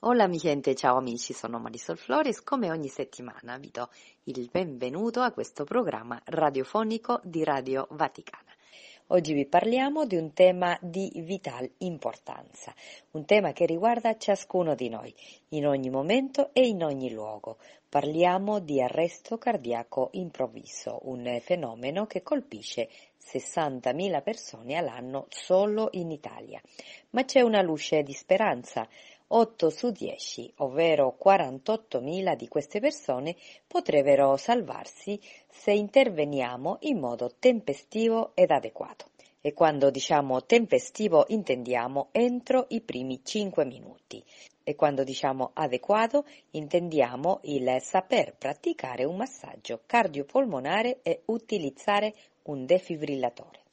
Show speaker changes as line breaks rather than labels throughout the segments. Hola mi gente, ciao amici, sono Marisol Flores. Come ogni settimana vi do il benvenuto a questo programma radiofonico di Radio Vaticana. Oggi vi parliamo di un tema di vital importanza, un tema che riguarda ciascuno di noi, in ogni momento e in ogni luogo. Parliamo di arresto cardiaco improvviso, un fenomeno che colpisce 60.000 persone all'anno solo in Italia. Ma c'è una luce di speranza. 8 su 10, ovvero 48.000 di queste persone, potrebbero salvarsi se interveniamo in modo tempestivo ed adeguato. E quando diciamo tempestivo intendiamo entro i primi 5 minuti. E quando diciamo adeguato intendiamo il saper praticare un massaggio cardiopolmonare e utilizzare un defibrillatore.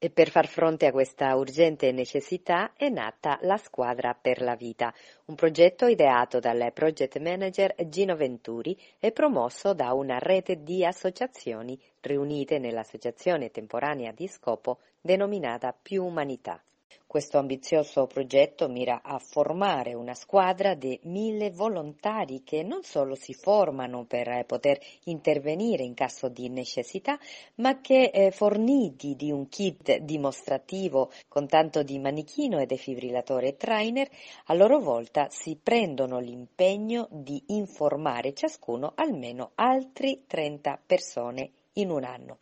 E per far fronte a questa urgente necessità è nata la Squadra per la Vita, un progetto ideato dal project manager Gino Venturi e promosso da una rete di associazioni riunite nell'associazione temporanea di scopo denominata Più Umanità. Questo ambizioso progetto mira a formare una squadra di mille volontari che non solo si formano per eh, poter intervenire in caso di necessità, ma che eh, forniti di un kit dimostrativo con tanto di manichino e defibrillatore trainer, a loro volta si prendono l'impegno di informare ciascuno almeno altri 30 persone in un anno.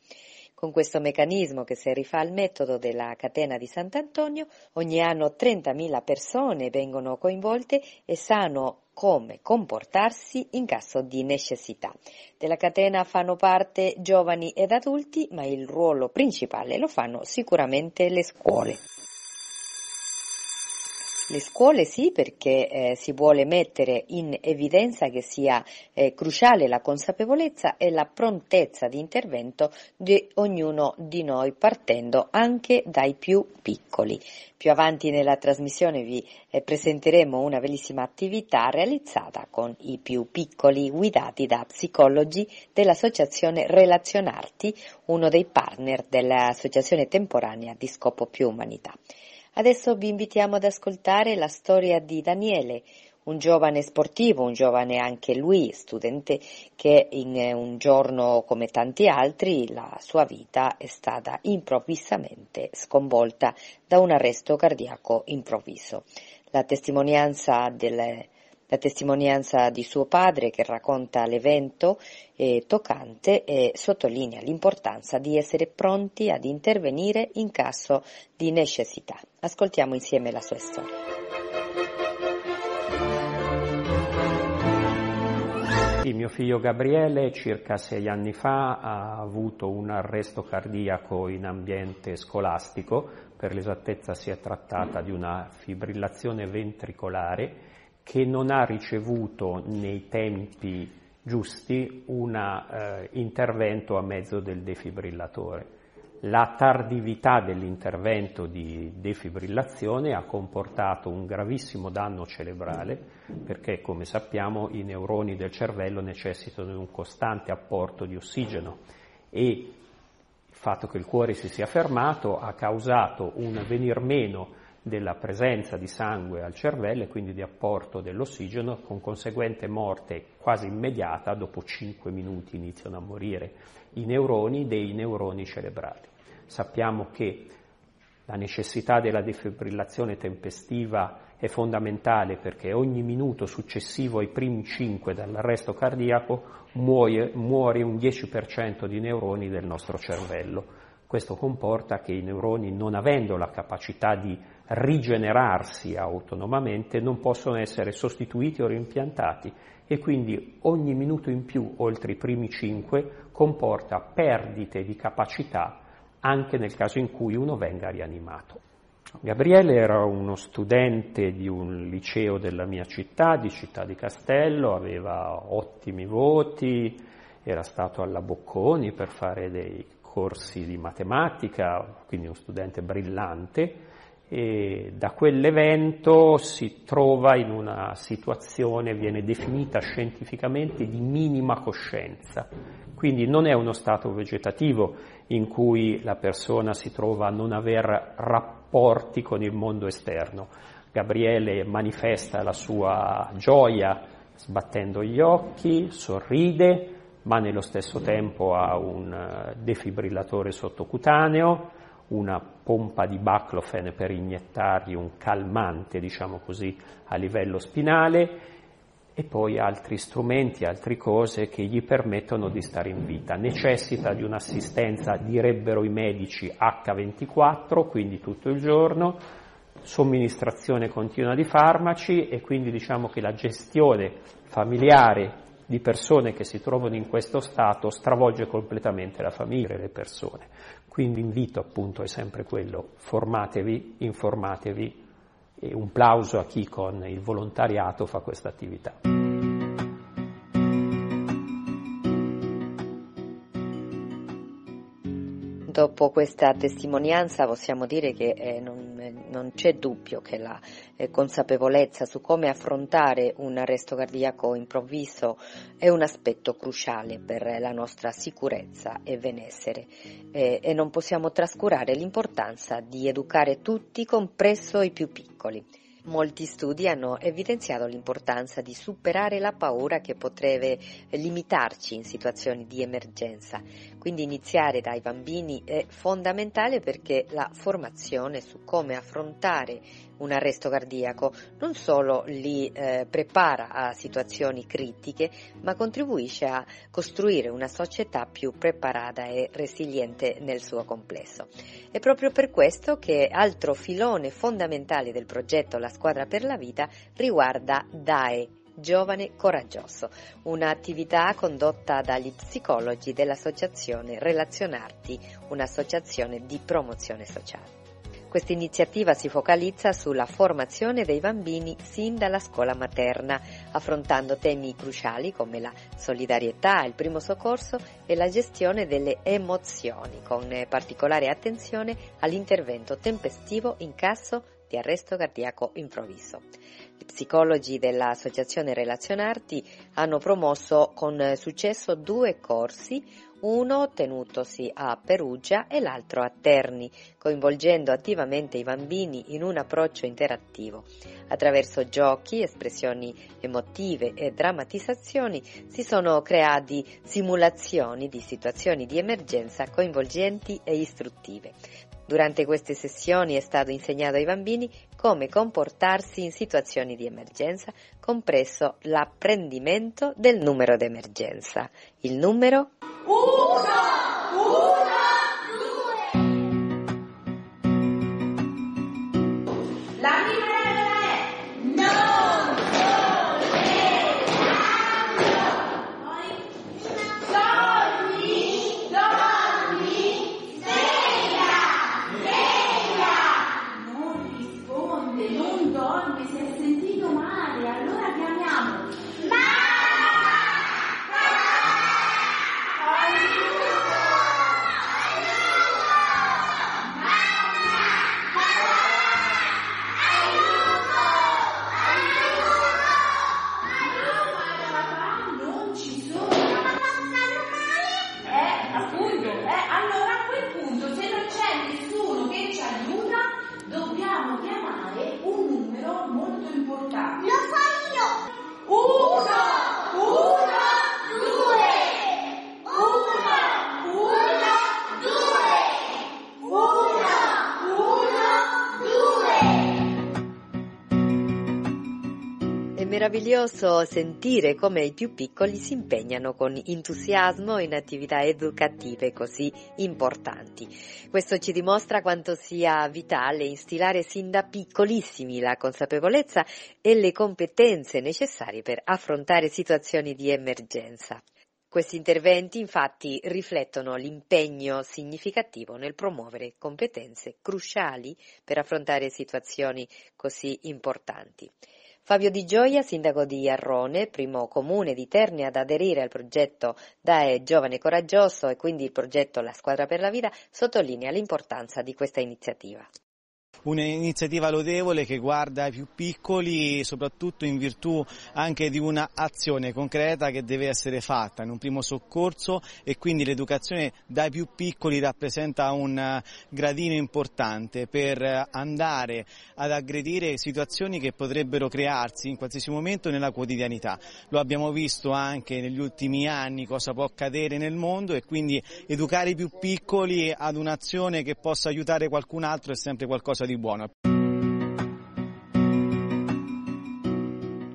Con questo meccanismo che si rifà al metodo della catena di Sant'Antonio, ogni anno 30.000 persone vengono coinvolte e sanno come comportarsi in caso di necessità. Della catena fanno parte giovani ed adulti, ma il ruolo principale lo fanno sicuramente le scuole. Le scuole sì perché eh, si vuole mettere in evidenza che sia eh, cruciale la consapevolezza e la prontezza di intervento di ognuno di noi partendo anche dai più piccoli. Più avanti nella trasmissione vi eh, presenteremo una bellissima attività realizzata con i più piccoli guidati da psicologi dell'associazione Relazionarti, uno dei partner dell'associazione temporanea di scopo più umanità. Adesso vi invitiamo ad ascoltare la storia di Daniele, un giovane sportivo, un giovane anche lui, studente, che in un giorno come tanti altri la sua vita è stata improvvisamente sconvolta da un arresto cardiaco improvviso. La testimonianza del la testimonianza di suo padre che racconta l'evento eh, toccante e sottolinea l'importanza di essere pronti ad intervenire in caso di necessità. Ascoltiamo insieme la sua storia.
Il mio figlio Gabriele circa sei anni fa ha avuto un arresto cardiaco in ambiente scolastico, per l'esattezza si è trattata di una fibrillazione ventricolare che non ha ricevuto nei tempi giusti un eh, intervento a mezzo del defibrillatore. La tardività dell'intervento di defibrillazione ha comportato un gravissimo danno cerebrale perché, come sappiamo, i neuroni del cervello necessitano di un costante apporto di ossigeno e il fatto che il cuore si sia fermato ha causato un venir meno della presenza di sangue al cervello e quindi di apporto dell'ossigeno con conseguente morte quasi immediata, dopo 5 minuti iniziano a morire i neuroni dei neuroni cerebrali. Sappiamo che la necessità della defibrillazione tempestiva è fondamentale perché ogni minuto successivo ai primi 5 dall'arresto cardiaco muoie, muore un 10% di neuroni del nostro cervello. Questo comporta che i neuroni, non avendo la capacità di rigenerarsi autonomamente, non possono essere sostituiti o rimpiantati e quindi ogni minuto in più, oltre i primi 5, comporta perdite di capacità anche nel caso in cui uno venga rianimato. Gabriele era uno studente di un liceo della mia città, di Città di Castello, aveva ottimi voti, era stato alla Bocconi per fare dei corsi di matematica, quindi uno studente brillante, e da quell'evento si trova in una situazione, viene definita scientificamente, di minima coscienza. Quindi non è uno stato vegetativo in cui la persona si trova a non aver rapporti con il mondo esterno. Gabriele manifesta la sua gioia sbattendo gli occhi, sorride, ma nello stesso tempo ha un eh, defibrillatore sottocutaneo, una pompa di baclofen per iniettargli un calmante, diciamo così, a livello spinale e poi altri strumenti, altre cose che gli permettono di stare in vita. Necessita di un'assistenza, direbbero i medici, H24, quindi tutto il giorno, somministrazione continua di farmaci e quindi diciamo che la gestione familiare di persone che si trovano in questo stato stravolge completamente la famiglia e le persone. Quindi l'invito appunto è sempre quello, formatevi, informatevi e un plauso a chi con il volontariato fa questa attività.
Dopo questa testimonianza possiamo dire che eh, non, non, c'è dubbio che la eh, consapevolezza su come affrontare un arresto cardiaco improvviso è un aspetto cruciale per la nostra sicurezza e benessere eh, e non possiamo trascurare l'importanza di educare tutti, compreso i più piccoli. Molti studi hanno evidenziato l'importanza di superare la paura che potrebbe limitarci in situazioni di emergenza. Quindi iniziare dai bambini è fondamentale perché la formazione su come affrontare un arresto cardiaco non solo li eh, prepara a situazioni critiche, ma contribuisce a costruire una società più preparata e resiliente nel suo complesso. È proprio per questo che altro filone fondamentale del progetto La squadra per la vita riguarda DAE, Giovane Coraggioso, un'attività condotta dagli psicologi dell'associazione Relazionarti, un'associazione di promozione sociale. Questa iniziativa si focalizza sulla formazione dei bambini sin dalla scuola materna, affrontando temi cruciali come la solidarietà, il primo soccorso e la gestione delle emozioni, con particolare attenzione all'intervento tempestivo in caso di arresto cardiaco improvviso. I psicologi dell'associazione Relazionarti hanno promosso con successo due corsi, uno tenutosi a Perugia e l'altro a Terni, coinvolgendo attivamente i bambini in un approccio interattivo. Attraverso giochi, espressioni emotive e drammatizzazioni si sono creati simulazioni di situazioni di emergenza coinvolgenti e istruttive. Durante queste sessioni è stato insegnato ai bambini come comportarsi in situazioni di emergenza, compreso l'apprendimento del numero d'emergenza. Il numero
Uno, uno, due. La libertà è non tollerarlo. Dormi, dormi, sveglia, sveglia. Non risponde, non dorme, si è sentito male, allora chiamiamo. papà non ci sono. Ma posso male? Eh, appunto, eh, allora a quel punto se non c'è nessuno che ci aiuta, dobbiamo chiamare un numero molto importante. Lo so io! Uno, uno, due! Uno, uno, due! Uno, uno, due!
È meraviglioso sentire come i più piccoli si impegnano con entusiasmo in attività educative così importanti. Questo ci dimostra quanto sia vitale instillare sin da piccolissimi la consapevolezza e le competenze necessarie per affrontare situazioni di emergenza. Questi interventi infatti riflettono l'impegno significativo nel promuovere competenze cruciali per affrontare situazioni così importanti. Fabio Di Gioia, sindaco di Arrone, primo comune di Terni ad aderire al progetto DAE Giovane Coraggioso e quindi il progetto La Squadra per la Vita, sottolinea l'importanza di questa iniziativa.
Un'iniziativa lodevole che guarda ai più piccoli, soprattutto in virtù anche di un'azione concreta che deve essere fatta in un primo soccorso e quindi l'educazione dai più piccoli rappresenta un eh, gradino importante per eh, andare ad aggredire situazioni che potrebbero crearsi in qualsiasi momento nella quotidianità. Lo abbiamo visto anche negli ultimi anni cosa può accadere nel mondo e quindi educare i più piccoli ad un'azione che possa aiutare qualcun altro è sempre qualcosa di buono.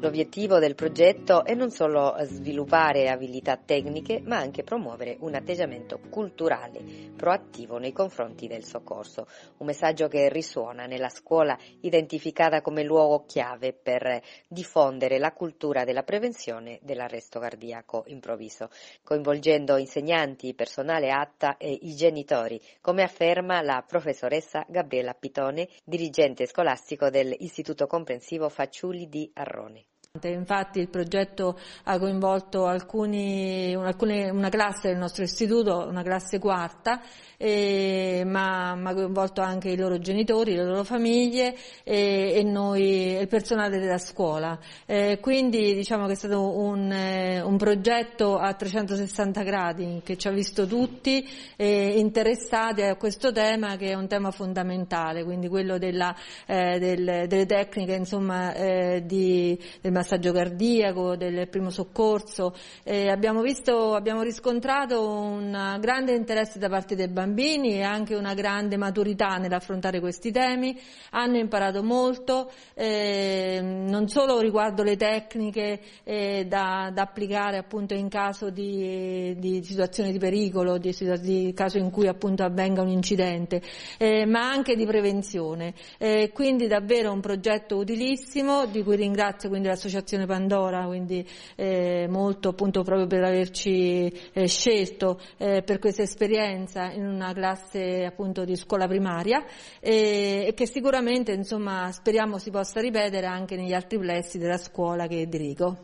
L'obiettivo del progetto è non solo sviluppare abilità tecniche, ma anche promuovere un atteggiamento culturale proattivo nei confronti del soccorso, un messaggio che risuona nella scuola identificata come luogo chiave per diffondere la cultura della prevenzione dell'arresto cardiaco improvviso, coinvolgendo insegnanti, personale atta e i genitori, come afferma la professoressa Gabriela Pitone, dirigente scolastico dell'Istituto Comprensivo Facciuli di Arrone.
Infatti il progetto ha coinvolto alcuni, alcune, una classe del nostro istituto, una classe quarta, e, ma ha coinvolto anche i loro genitori, le loro famiglie e, e noi, il personale della scuola. Eh, quindi diciamo che è stato un, eh, un, progetto a 360 gradi che ci ha visto tutti eh, interessati a questo tema che è un tema fondamentale, quindi quello della, eh, del, delle tecniche insomma, eh, di, del massaggio cardiaco, del primo soccorso. Eh, abbiamo, visto, abbiamo riscontrato un grande interesse da parte dei bambini e anche una grande maturità nell'affrontare questi temi. Hanno imparato molto, eh, non solo riguardo le tecniche eh, da, da, applicare appunto in caso di, di situazione di pericolo, di, di, caso in cui appunto avvenga un incidente, eh, ma anche di prevenzione. Eh, quindi davvero un progetto utilissimo di cui ringrazio quindi l'associazione Pandora, quindi eh, molto appunto proprio per averci eh, scelto eh, per questa esperienza in una classe appunto di scuola primaria eh, e che sicuramente insomma speriamo si possa ripetere anche negli altri plessi della scuola che dirigo.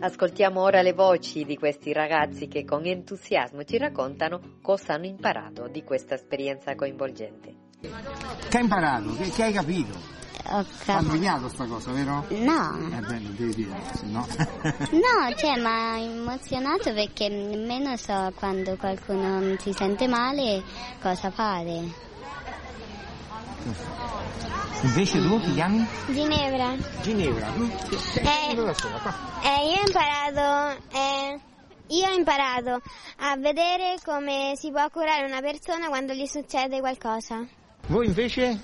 Ascoltiamo ora le voci di questi ragazzi che con entusiasmo ci raccontano cosa hanno imparato di questa esperienza coinvolgente.
Che hai imparato? Che, che hai capito?
Ho
L'hanno
capito.
nominato sta cosa, vero?
No,
Eh bene, devi dire, se no.
no, cioè, ma emozionato perché nemmeno so quando qualcuno si sente male cosa fare.
Invece tu ti chiami?
Ginevra,
Ginevra.
Eh.
da sola, qua.
Eh, io ho imparato, eh, io ho imparato a vedere come si può curare una persona quando gli succede qualcosa.
Voi invece?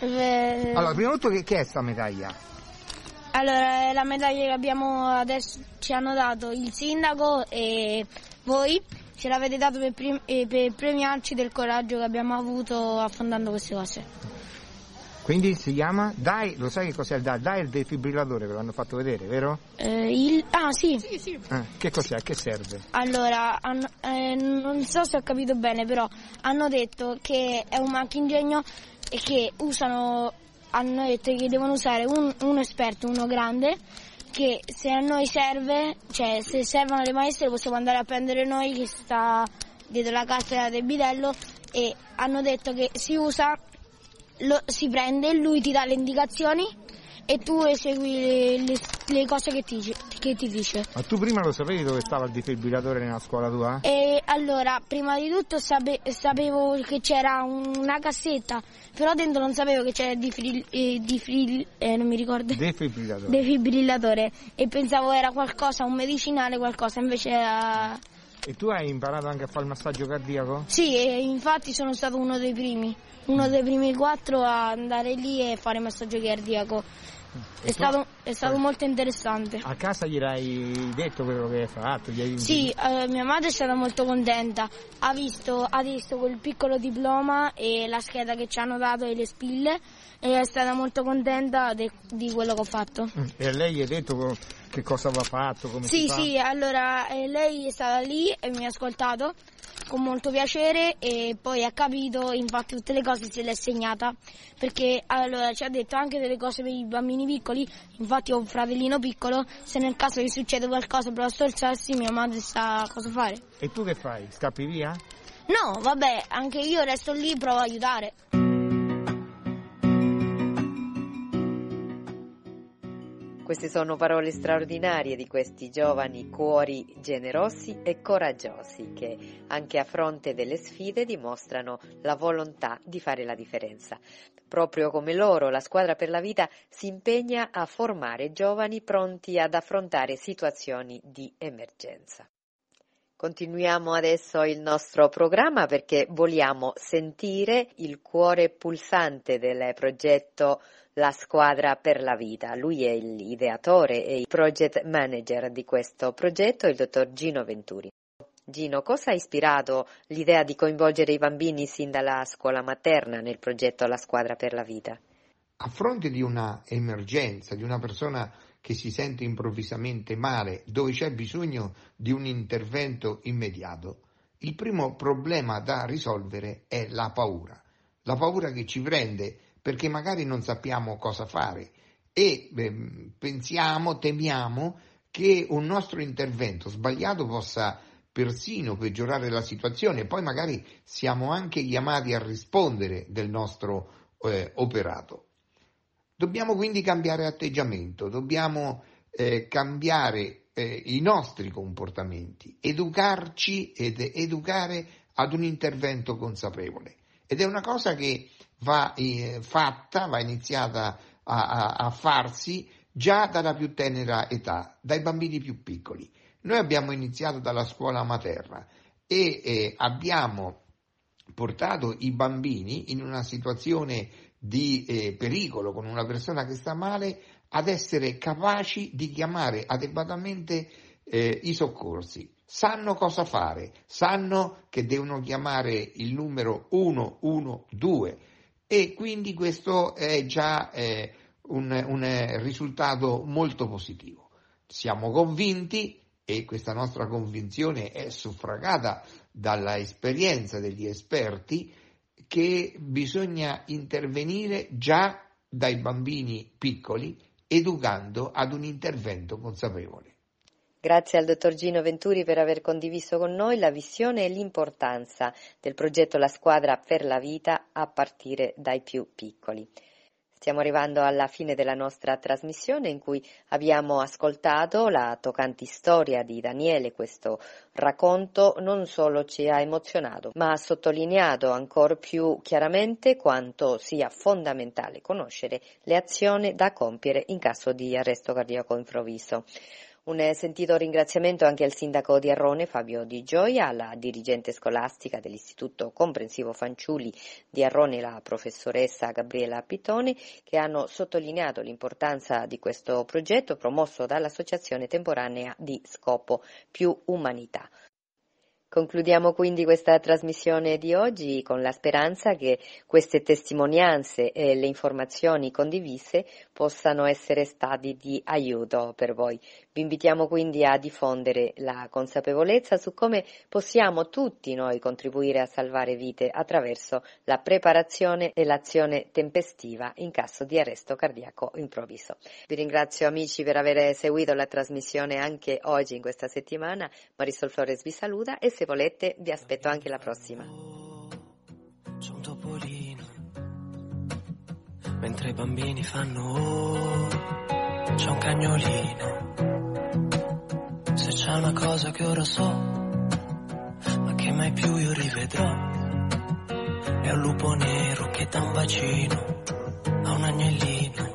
Eh.
Allora, prima di tutto che, che è sta medaglia?
Allora, la medaglia che abbiamo adesso ci hanno dato il sindaco e voi ce l'avete dato per, prim- eh, per premiarci del coraggio che abbiamo avuto affrontando queste cose.
Quindi si chiama Dai, lo sai che cos'è il Dai? Dai è il defibrillatore che l'hanno fatto vedere, vero?
Eh, il- Ah sì,
Eh, che cos'è? A che serve?
allora, hanno- eh, non so se ho capito bene, però hanno detto che è un marchingegno e che usano, hanno detto che devono usare un, un esperto, uno grande, che se a noi serve, cioè se servono le maestre possiamo andare a prendere noi che sta dietro la cattedra del bidello e hanno detto che si usa, lo, si prende, lui ti dà le indicazioni e tu esegui le, le cose che ti dice- che ti dice.
Ma tu prima lo sapevi dove stava il defibrillatore nella scuola tua?
E allora, prima di tutto sape- sapevo che c'era una cassetta, però dentro non sapevo che c'era il difril- eh, difril- eh, non mi ricordo,
Defibrillatore.
defibrillatore e pensavo era qualcosa, un medicinale qualcosa, invece era...
E tu hai imparato anche a fare il massaggio cardiaco?
Sì, e infatti sono stato uno dei primi, uno dei primi quattro a andare lì e fare massaggio cardiaco.
E
È
tu-
stato, è stato
eh.
molto interessante.
A casa gli hai detto quello che hai fatto? Gli hai
Sì, eh, mia madre è stata molto contenta. Ha visto, ha visto quel piccolo diploma e la scheda che ci hanno dato e le spille e è stata molto contenta de- di quello che ho fatto.
Mm. E a lei gli hai detto co- che cosa va fatto, come si
Sì,
fa?
sì, allora eh, lei è stata lì e mi ha ascoltato con molto piacere e poi ha capito, infatti tutte le cose se le è segnata perché allora ci ha detto anche delle cose per i bambini piccoli, infatti ho un fratellino piccolo, se nel caso gli succede qualcosa per assolzarsi mia madre sa cosa fare.
E tu che fai? Scappi via?
No, vabbè, anche io resto lì, provo a aiutare.
Queste sono parole straordinarie di questi giovani cuori generosi e coraggiosi che anche a fronte delle sfide dimostrano la volontà di fare la differenza. Proprio come loro, la squadra per la vita si impegna a formare giovani pronti ad affrontare situazioni di emergenza. Continuiamo adesso il nostro programma perché vogliamo sentire il cuore pulsante del progetto La squadra per la vita. Lui è l'ideatore e il project manager di questo progetto, il dottor Gino Venturi. Gino, cosa ha ispirato l'idea di coinvolgere i bambini sin dalla scuola materna nel progetto La squadra per la vita?
A fronte di una emergenza, di una persona che si sente improvvisamente male, dove c'è bisogno di un intervento immediato, il primo problema da risolvere è la paura. La paura che ci prende perché magari non sappiamo cosa fare e eh, pensiamo, temiamo che un nostro intervento sbagliato possa persino peggiorare la situazione poi magari siamo anche chiamati a rispondere del nostro eh, operato. Dobbiamo quindi cambiare atteggiamento, dobbiamo eh, cambiare eh, i nostri comportamenti, educarci ed educare ad un intervento consapevole. Ed è una cosa che va eh, fatta, va iniziata a, a, a farsi già dalla più tenera età, dai bambini più piccoli. Noi abbiamo iniziato dalla scuola materna e eh, abbiamo portato i bambini in una situazione di eh, pericolo con una persona che sta male ad essere capaci di chiamare adeguatamente eh, i soccorsi. Sanno cosa fare, sanno che devono chiamare il numero 112 e quindi questo è già eh, un, un risultato molto positivo. Siamo convinti e questa nostra convinzione è suffragata dalla esperienza degli esperti che bisogna intervenire già dai bambini piccoli, educando ad un intervento consapevole.
Grazie al dottor Gino Venturi per aver condiviso con noi la visione e l'importanza del progetto La squadra per la vita a partire dai più piccoli. Stiamo arrivando alla fine della nostra trasmissione in cui abbiamo ascoltato la toccante storia di Daniele. Questo racconto non solo ci ha emozionato, ma ha sottolineato ancor più chiaramente quanto sia fondamentale conoscere le azioni da compiere in caso di arresto cardiaco improvviso. Un sentito ringraziamento anche al sindaco di Arrone Fabio Di Gioia, alla dirigente scolastica dell'Istituto Comprensivo Fanciulli di Arrone, la professoressa Gabriela Pitone, che hanno sottolineato l'importanza di questo progetto promosso dall'Associazione Temporanea di Scopo più Umanità. Concludiamo quindi questa trasmissione di oggi con la speranza che queste testimonianze e le informazioni condivise possano essere stati di aiuto per voi. Vi invitiamo quindi a diffondere la consapevolezza su come possiamo tutti noi contribuire a salvare vite attraverso la preparazione e l'azione tempestiva in caso di arresto cardiaco improvviso. Vi ringrazio amici per aver seguito la trasmissione anche oggi in questa settimana. Marisol Flores vi saluta e se volete vi aspetto anche la prossima.
C'è un topolino, mentre i bambini fanno oh, c'è un cagnolino. Se c'è una cosa che ora so, ma che mai più io rivedrò, è un lupo nero che dà un bacino a un agnellino.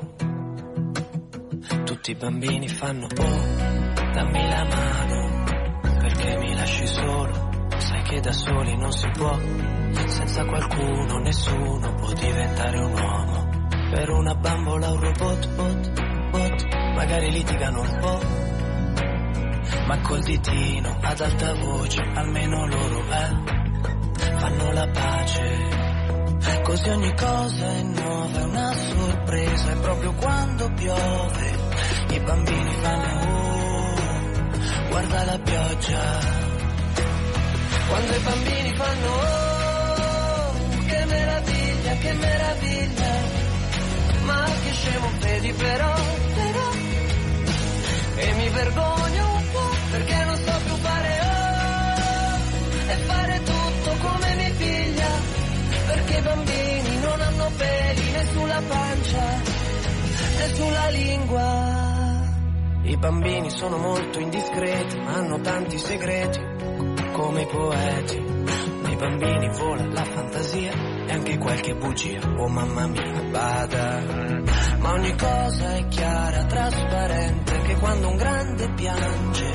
Tutti i bambini fanno oh, dammi la mano perché mi lasci solo? Sai che da soli non si può, senza qualcuno nessuno può diventare un uomo. Per una bambola un robot, bot, bot, magari litigano un po', ma col ditino ad alta voce, almeno loro, eh, fanno la pace. Così ogni cosa è nuova, è una sorpresa, e proprio quando piove, i bambini fanno oh guarda la pioggia. Quando i bambini fanno oh, che meraviglia, che meraviglia. Ma che scemo vedi però, però. E mi vergogno un po' perché non so più fare oh, e fare tutto come sono peli né sulla pancia né sulla lingua. I bambini sono molto indiscreti, hanno tanti segreti, come i poeti. Nei bambini vola la fantasia e anche qualche bugia, oh mamma mia, bada. Ma ogni cosa è chiara, trasparente, che quando un grande piange,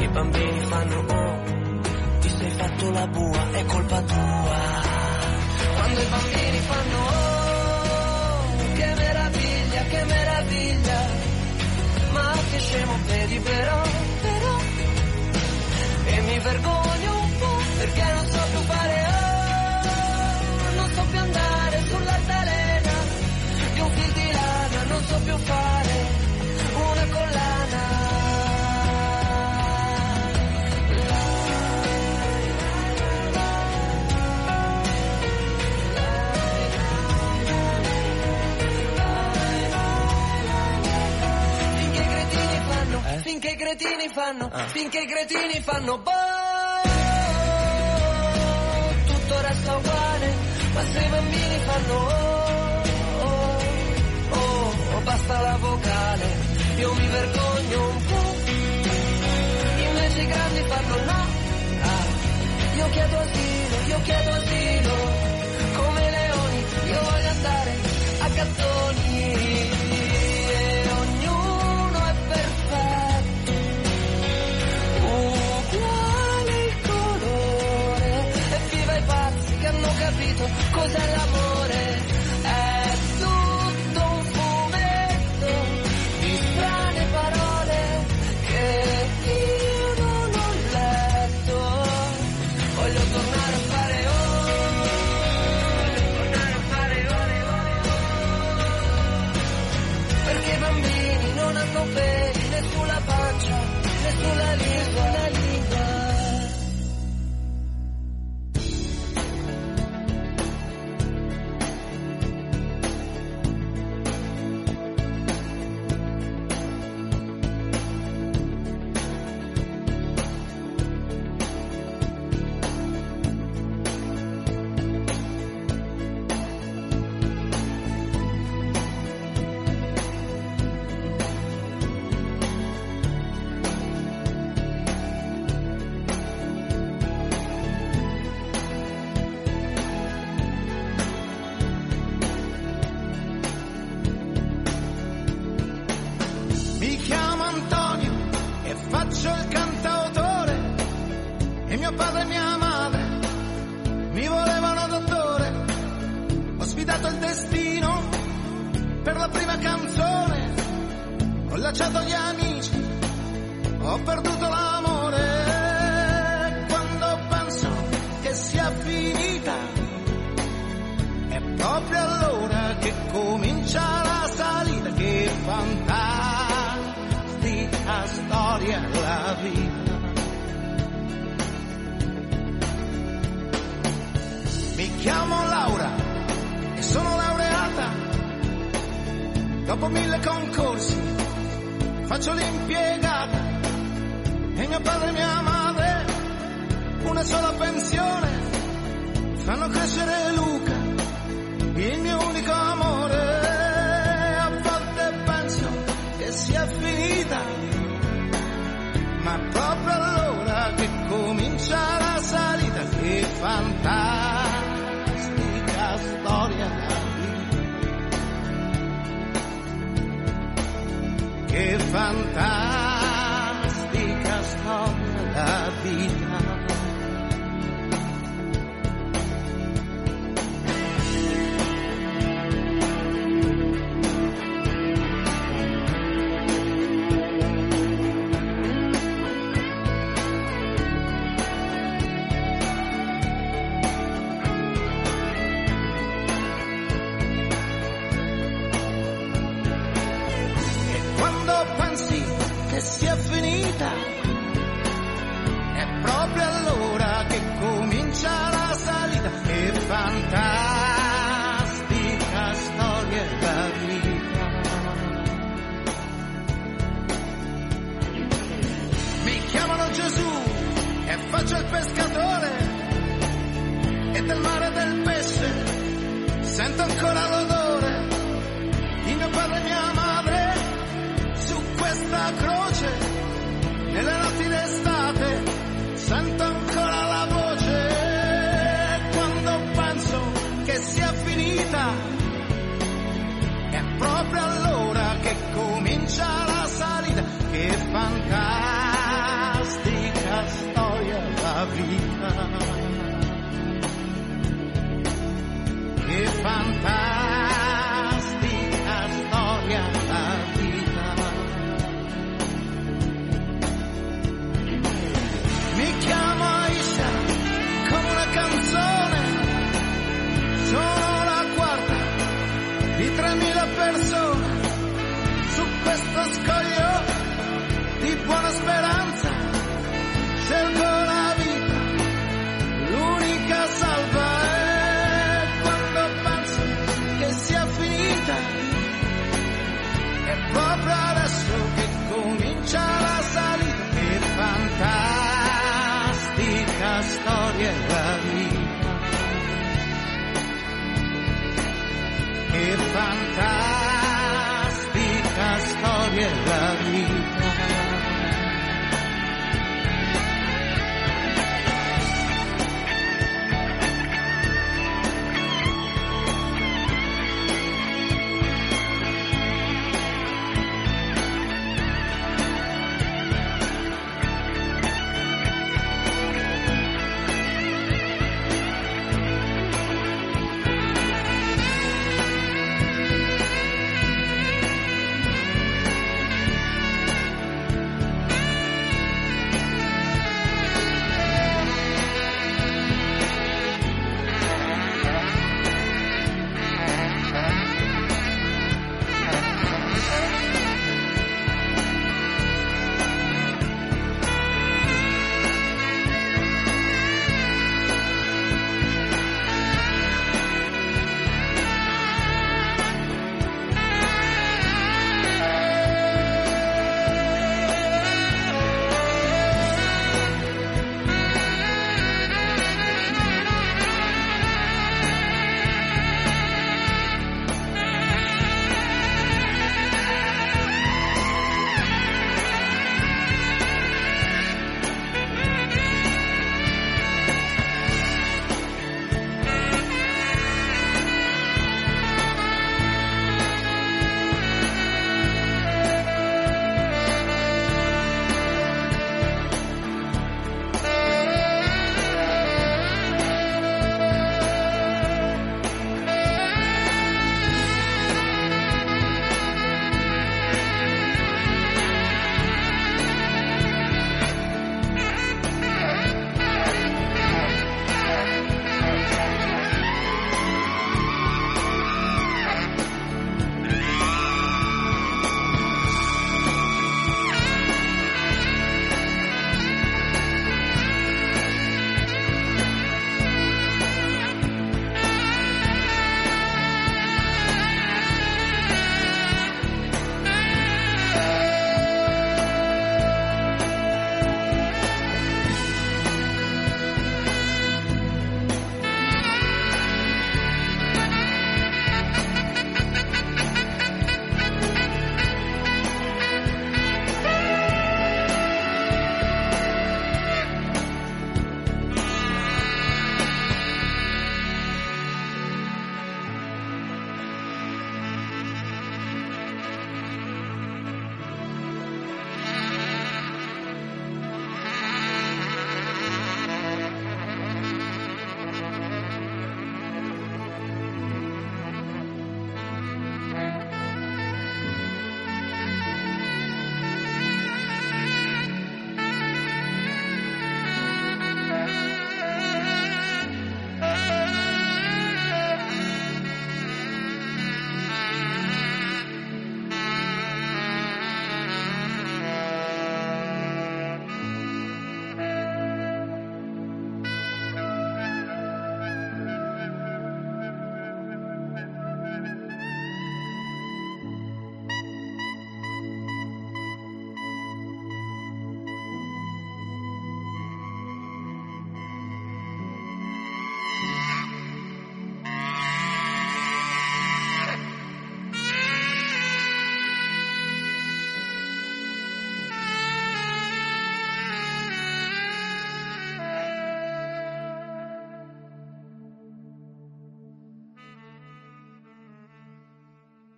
i bambini fanno oh, ti sei fatto la bua, è colpa tua. Quando i bambini fanno oh, che meraviglia, che meraviglia, ma che scemo vedi però, però, e mi vergogno un po' perché non so più fare oh, non so più andare sull'altalena di un fil di lana, non so più fare una collana. finché i cretini fanno, finché i cretini fanno, finché i cretini fanno, boh, tutto resta uguale, ma se i bambini fanno, oh, oh, oh, oh, basta la vocale, io mi vergogno un po', invece i grandi fanno no, ah, io chiedo asilo, io chiedo asilo, come leoni, io voglio andare a gattoni. E ognuno è perfetto, uguale il colore. E viva i pazzi che hanno capito cos'è l'amore. È tutto un fumetto di strane parole che io non ho letto. Voglio tornare a fare ore, voglio tornare a fare ore, ore, perché i bambini non hanno peli né sulla pancia né sulla lingua, la lingua.
Mi chiamo Antonio e faccio il cantautore e mio padre e mia madre mi volevano dottore. Ho sfidato il destino per la prima canzone, ho lasciato gli amici, ho perduto l'amore. Quando penso che sia finita, è proprio allora che comincia la salita, che fantastica storia è la vita. Mi chiamo Laura e sono laureata. Dopo mille concorsi faccio l'impiegata e mio padre e mia madre una sola pensione fanno crescere Luca il mio unico amore. A volte penso che sia finita, ma proprio allora che comincia la salita, che fantastica storia da vivere. Che fantastica storia da vita. E quando pensi che Santa Croce, nelle notti d'estate, sento ancora la voce. E Quando penso che sia finita, è proprio allora che comincia la salita. Che fantastica storia la vita. Che fantastica storia la vita. Mi chiamo Aisha come una canzone, sono la quarta di 3.000 persone su questo scoglio di buona speranza. Scelgo la vita, l'unica salva è quando penso che sia finita. È proprio adesso che comincia la salita, che fantastica storia è la vita. Che fantastica storia è la vita.